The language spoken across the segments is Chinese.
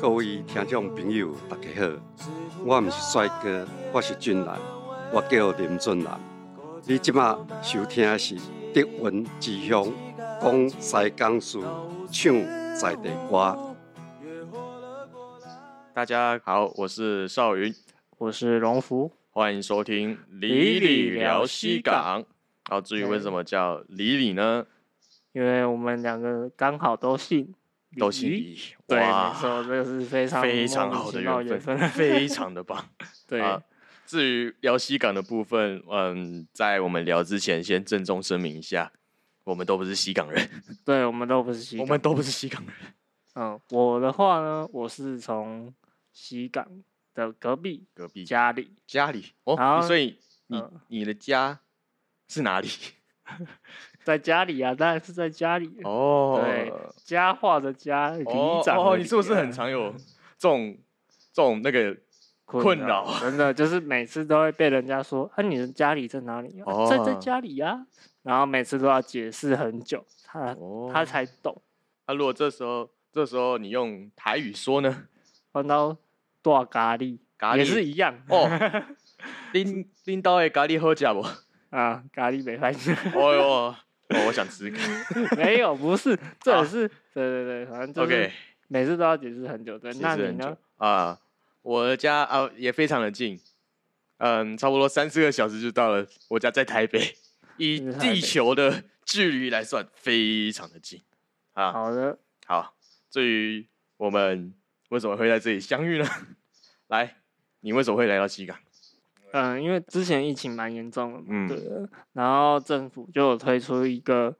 各位听众朋友，大家好！我毋是帅哥，我是俊男，我叫林俊男。你即马收听的是德云之乡讲西港事，唱在地歌。大家好，我是邵云，我是荣福。欢迎收听《里里里里聊聊西西港港》。然后至于对为什么叫里里呢？因为我们两个刚好都姓李都姓李，对，没哇错，这个是非常非常莫名好其的妙的缘 分非常的棒。 对、啊至于聊西港的部分，嗯，在我们聊之前，先郑重声明一下，我们都不是西港人，对，我们都不是西我港。们都不是西港人。嗯，我的话呢，我是从西港的隔壁隔壁家家里，家里好哦，所以你、嗯你的家是哪里？在家里啊，当然是在家里。哦 对，家话的家，里哦长的里啊、哦，你是不是很常有这种这种那个困困扰？真的就是每次都会被人家说：“啊，你的家里在哪里、啊？”哦在在家里呀、然后每次都要解释很久，他、哦他才懂。那、如果这时候这时候你用台语说 呢？换到大咖喱，咖喱也是一样哦，拎拎到的咖喱喝假不？ 啊，咖喱没饭吃。 哦哟，哦我想 吃咖。没有，不是，这好也是对对对，反正就是啊 OK，每次都要解释很久。对，其那实你很久呢？啊，我的家啊也非常的近，嗯，差不多三四个小时就到了。我家在台北，以嗯台地北球的距离来算，非常的近啊。好的，好，至于我们为什么会在这里相遇呢？ 来，你为什么会来到西港？嗯，因为之前疫情蛮严重的嘛，嗯对，然后政府就有推出一个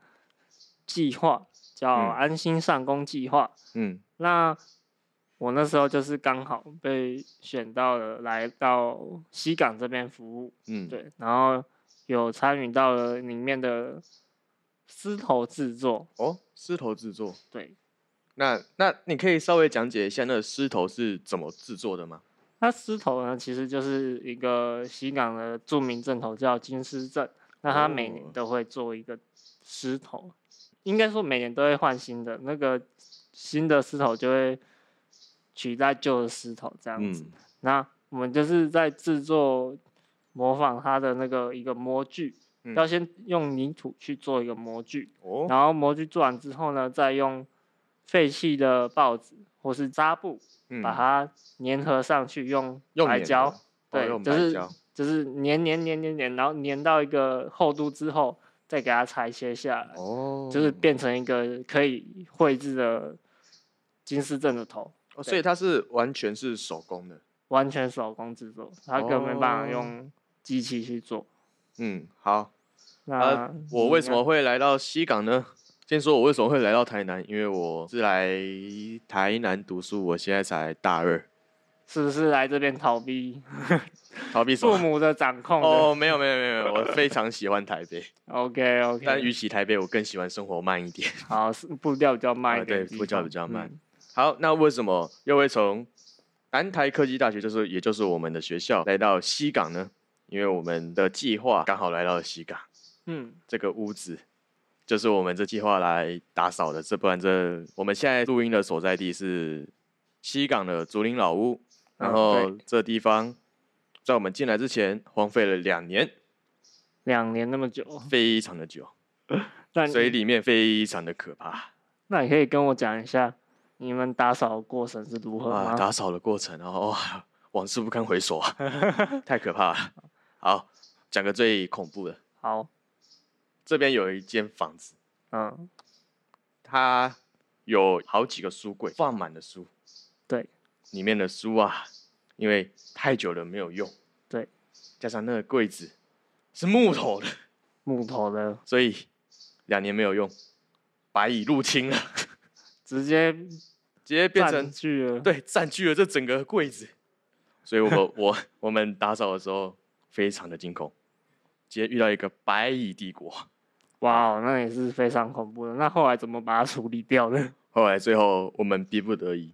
计划，叫嗯安心上工计划。嗯，那我那时候就是刚好被选到了，来到西港这边服务，嗯，对，然后有参与到了里面的丝头制作，哦，狮头制作。对，那那你可以稍微讲解一下那个狮头是怎么制作的吗？那狮头呢，其实就是一个西港的著名镇头，叫金狮镇。那它每年哦都会做一个狮头，应该说每年都会换新的，那个新的狮头就会取代旧的狮头这样子。嗯，那我们就是在制作模仿它的那个一个模具，嗯要先用泥土去做一个模具，哦，然后模具做完之后呢，再用废弃的报纸或是纱布嗯把它粘合上去，用用粘白的胶哦，对，用就白是胶就是粘粘粘粘粘，然后粘到一个厚度之后，再给它裁切下来，哦就是变成一个可以绘制的金丝镇的头，哦，所以它是完全是手工的。完全手工制作，它根本没哦办法用机器去做。嗯，好。那啊，我你为什呢么会来到西港呢？先说我为什么会来到台南，因为我是来台南读书，我现在才大二，是不是来这边逃 避逃避什父么？母的掌控的、哦，没有没有没有，没有我非常喜欢台 北， o k 但 OK，比起台北，我更喜欢生活慢一点。好，是步调比较慢啊一点的对地方、步调比较慢嗯好，那为什么又会从南台科技大学，就是也就是我们的学校，来到西港呢？因为我们的计划刚好来到了西港嗯，这个屋子，就是我们这计划来打扫的。这不然这我们现在录音的所在地是西港的竹林老屋，然嗯后对这地方在我们进来之前荒废了两年，两年那么久，非常的久，那所以你里面非常的可怕。那你可以跟我讲一下你们打扫的过程是如何吗？啊，打扫的过程，然后哇，往事不堪回首啊， 太可怕了。好，讲个最恐怖的，好，这边有一间房子，嗯，它有好几个书柜，放满了书。对，里面的书啊，因为太久了没有用，对，加上那个柜子是木头的，木头的所以两年没有用，白蚁入侵了，直接直接变成占据了，对，占据了这整个柜子。所以我们我我们打扫的时候非常的惊恐，直接遇到一个白蚁帝国。哇哦，那也是非常恐怖的。那后来怎么把它处理掉呢？后来最后我们逼不得已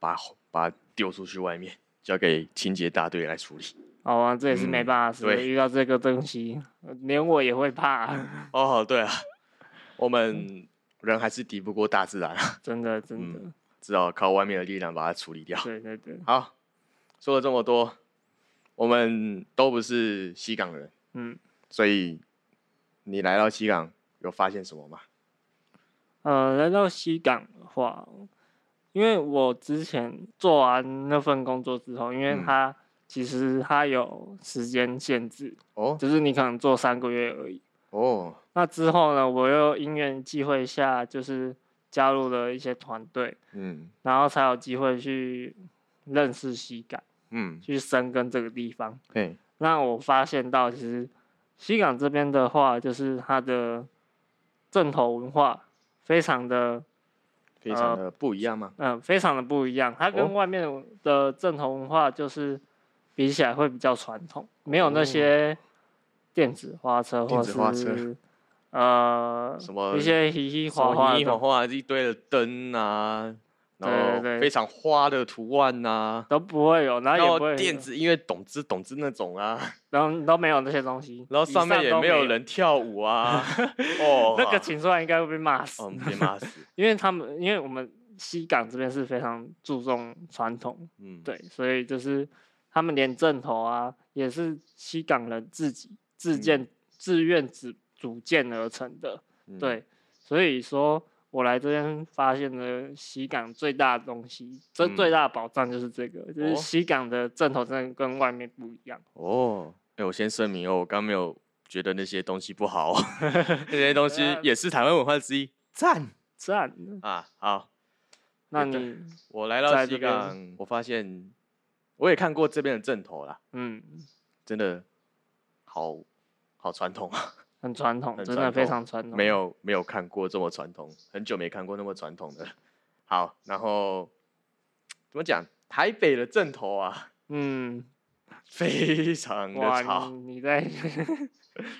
把把它丢出去外面，交给清洁大队来处理。好啊，这也是没嗯办法，是、对遇到这个东西，呃连我也会怕， 哦，对啊，我们人还是敌不过大自然啊。真的真的。只好靠外面的力量把它处理掉。对对对，好，说了这么多，我们都不是西港人，嗯所以你来到西港有发现什么吗？呃，来到西港的话，因为我之前做完那份工作之后，因为嗯它、其实它有时间限制，哦就是你可能做三个月而已。哦，那之后呢，我又因缘际会下，就是加入了一些团队，嗯然后才有机会去认识西港，嗯，去深耕这个地方。对，那我发现到，其实西港这边的话，就是它的正头文化非常的，非常的不一样吗？嗯、非常的不一样。它哦跟外面的的正头文化就是比起来会比较传统，没有那哦些电子花车电或子花车是呃什么一些稀稀什么滑滑啊的一东黄花一堆的灯啊，对然后对非常花的图案呐、都不会有，然后然也不后会电有，子音乐懂之懂之那种啊， 然后都没有那些东西，然后以上面也都没没有。人跳舞啊， 哦，那个请出来应该会被骂死，哦，别骂死，因为他们因为我们西港这边是非常注重传统，嗯， 对，所以就是他们连正头啊也是西港人自己自嗯建、自愿组组建而成的，嗯，对，所以说我来这边发现了西港最大的东西，这嗯最大的保障就是这个，就哦是西港的正头真的跟外面不一样。哦，哎、我先声明哦，我刚没有觉得那些东西不 好、哦，那些东西啊也是台湾文化之一，赞赞，啊！好，那对你我来在到这西边港，我发现我也看过这边的正头啦，嗯，真的好好传统啊，很传统，很真传的非统常传统。啊没，有没有看过这么传统，很久没看过那么传统的了。好，然后怎么讲？台北的正头啊，嗯，非常的哇，吵，你 你在你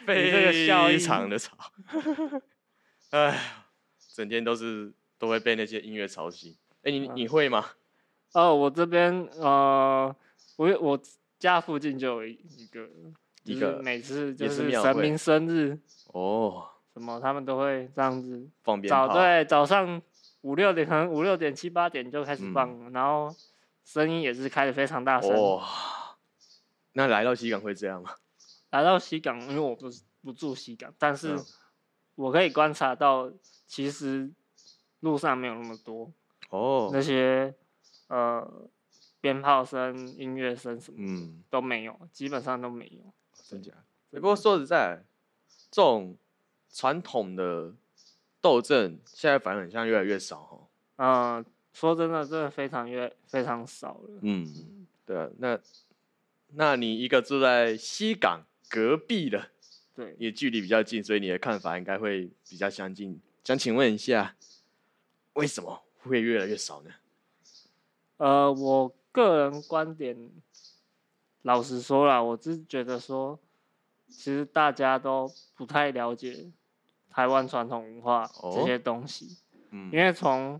这个效非益常的 吵，哎，整天都是都会被那些音乐吵醒。哎、你你会吗？哦，我这边呃，我有我家附近就有一一个，一就是个每次也就是是庙神会明生日哦，什么，他们都会这样子放鞭早炮，对早上五六点，可能五六点七八点就开始嗯放了，然后声音也是开的非常大声。哦，那来到西港会这样吗？来到西港，因为我不是不住西港，但是嗯我可以观察到，其实路上没有那么多那哦，些呃鞭炮声、音乐声什么嗯，都没有，基本上都没有。真假？不过说实在，这种传统的斗阵，现在反而很像越来越少哦。嗯、说真的，真的非常越非常少了。嗯，对啊，那那你一个住在西港隔壁的，对，你的距离比较近，所以你的看法应该会比较相近。想请问一下，为什么会越来越少呢？呃，我个人观点，老实说啦，我是觉得说，其实大家都不太了解台湾传统文化这哦些东西，嗯因为从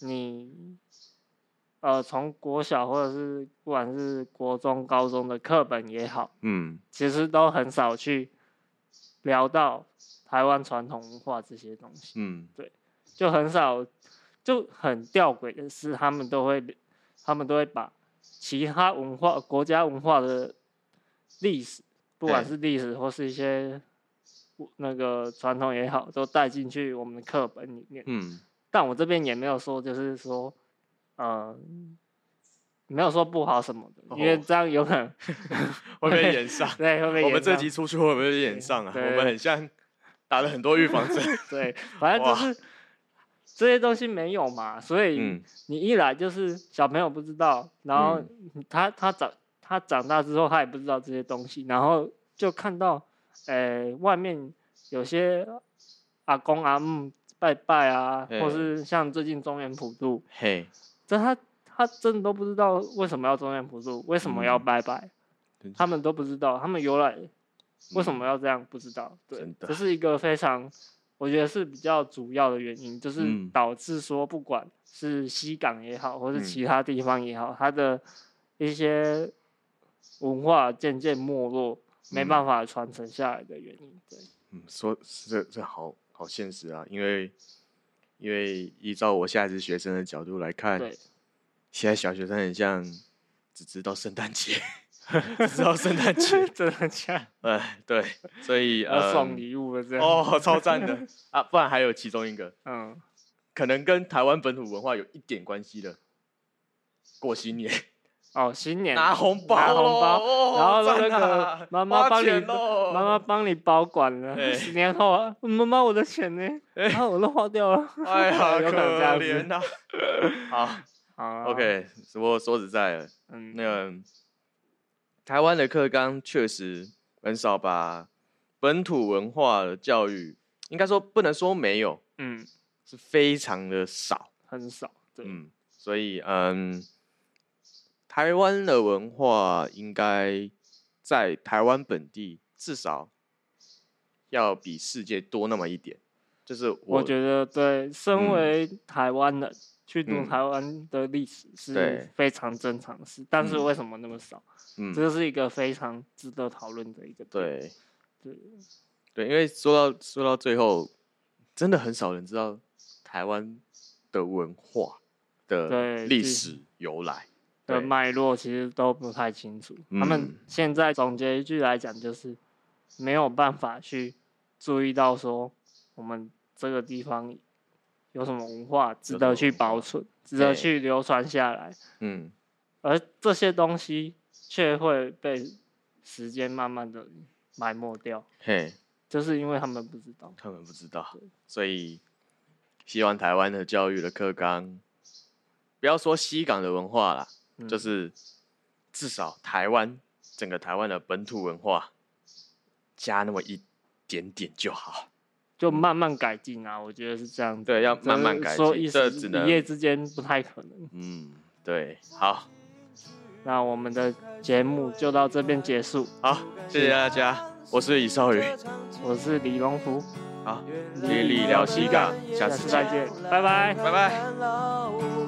你呃从国小或者是不管是国中、高中的课本也好，嗯，其实都很少去聊到台湾传统文化这些东西。嗯，就很少，就很吊诡的是，他们都会，他们都会把其他文化、国家文化的历史，不管嘿是历史或是一些那个传统也好，都带进去我们的课本里面。嗯，但我这边也没有说，就是说，呃，没有说不好什么的，因为哦这样有可能？会不会演上对会被我们延这上集出去会不会演上啊？我对们很像打了很多预防针。对，反正哇就是这些东西没有嘛，所以。嗯，你一来就是小朋友不知道，然后嗯他他长他长大之后他也不知道这些东西，然后就看到，呃，外面有些阿公阿姆拜拜啊，或嘿是像最近中原普渡，嘿，这他他真的都不知道为什么要中原普渡，为什么要嗯拜拜，真他们都不知道，他们由来为什嗯么要这样不知道，对真，的这是一个非常。我觉得是比较主要的原因，就是嗯导致说，不管是西港也好，或是嗯其他地方也好，它的一些文化渐渐没落，没嗯办法传承下来的原因。对，嗯，说这这好好现实啊，因为因为依照我现在是学生的角度来看，对， 现在小学生很像只知道圣诞节， 只知道圣诞 节，真的假？哎，对，所以要呃，送礼物了这样。哦，超赞的啊！不然还有其中一个嗯，可能跟台湾本土文化有一点关系的，过新年哦，新年拿红包咯，拿红包哦然后那赞个啊妈妈花帮你钱咯妈妈帮你保管哎了，十年后啊，妈妈我的钱呢？然后我都花掉了。 哎呀， 有可能这可样子怜呐、 好好啊，OK，不过说实在的，嗯，那个台湾的课纲确实很少把本土文化的教育，应该说不能说没有，嗯，是非常的少。很少，对，嗯，所以嗯，台湾的文化应该在台湾本地至少要比世界多那么一点。就是我我觉得对，身嗯为台湾人。去读嗯台湾的历史对是非常正常的事，但是嗯为什么那么少？嗯这就是一个非常值得讨论的一个点。对，对对，因为说到说到最后，真的很少人知道台湾的文化的对历是史由来。的脉络其实都不太清楚。他们嗯现在总结一句来讲，就是没有办法去注意到说我们这个地方有什么文化值有什么得去文化保存，值得对去流传下来，嗯，而这些东西却会被时间慢慢的埋没掉，嘿，就是因为他们不知道。他们不知道，所以希望台湾的教育的课纲，不要说西港的文化啦，嗯就是至少台湾整个台湾的本土文化加那么一点点就好。就慢慢改进啊，我觉得是这样子。对要真慢的慢改说进一这时只一能夜之间不太可能。嗯，对，好，那我们的节目就到这边结束。好，谢谢大家，我是李少宇，我是李荣福，好，今天理聊西港，下下次次见再，见，拜拜。拜拜。拜。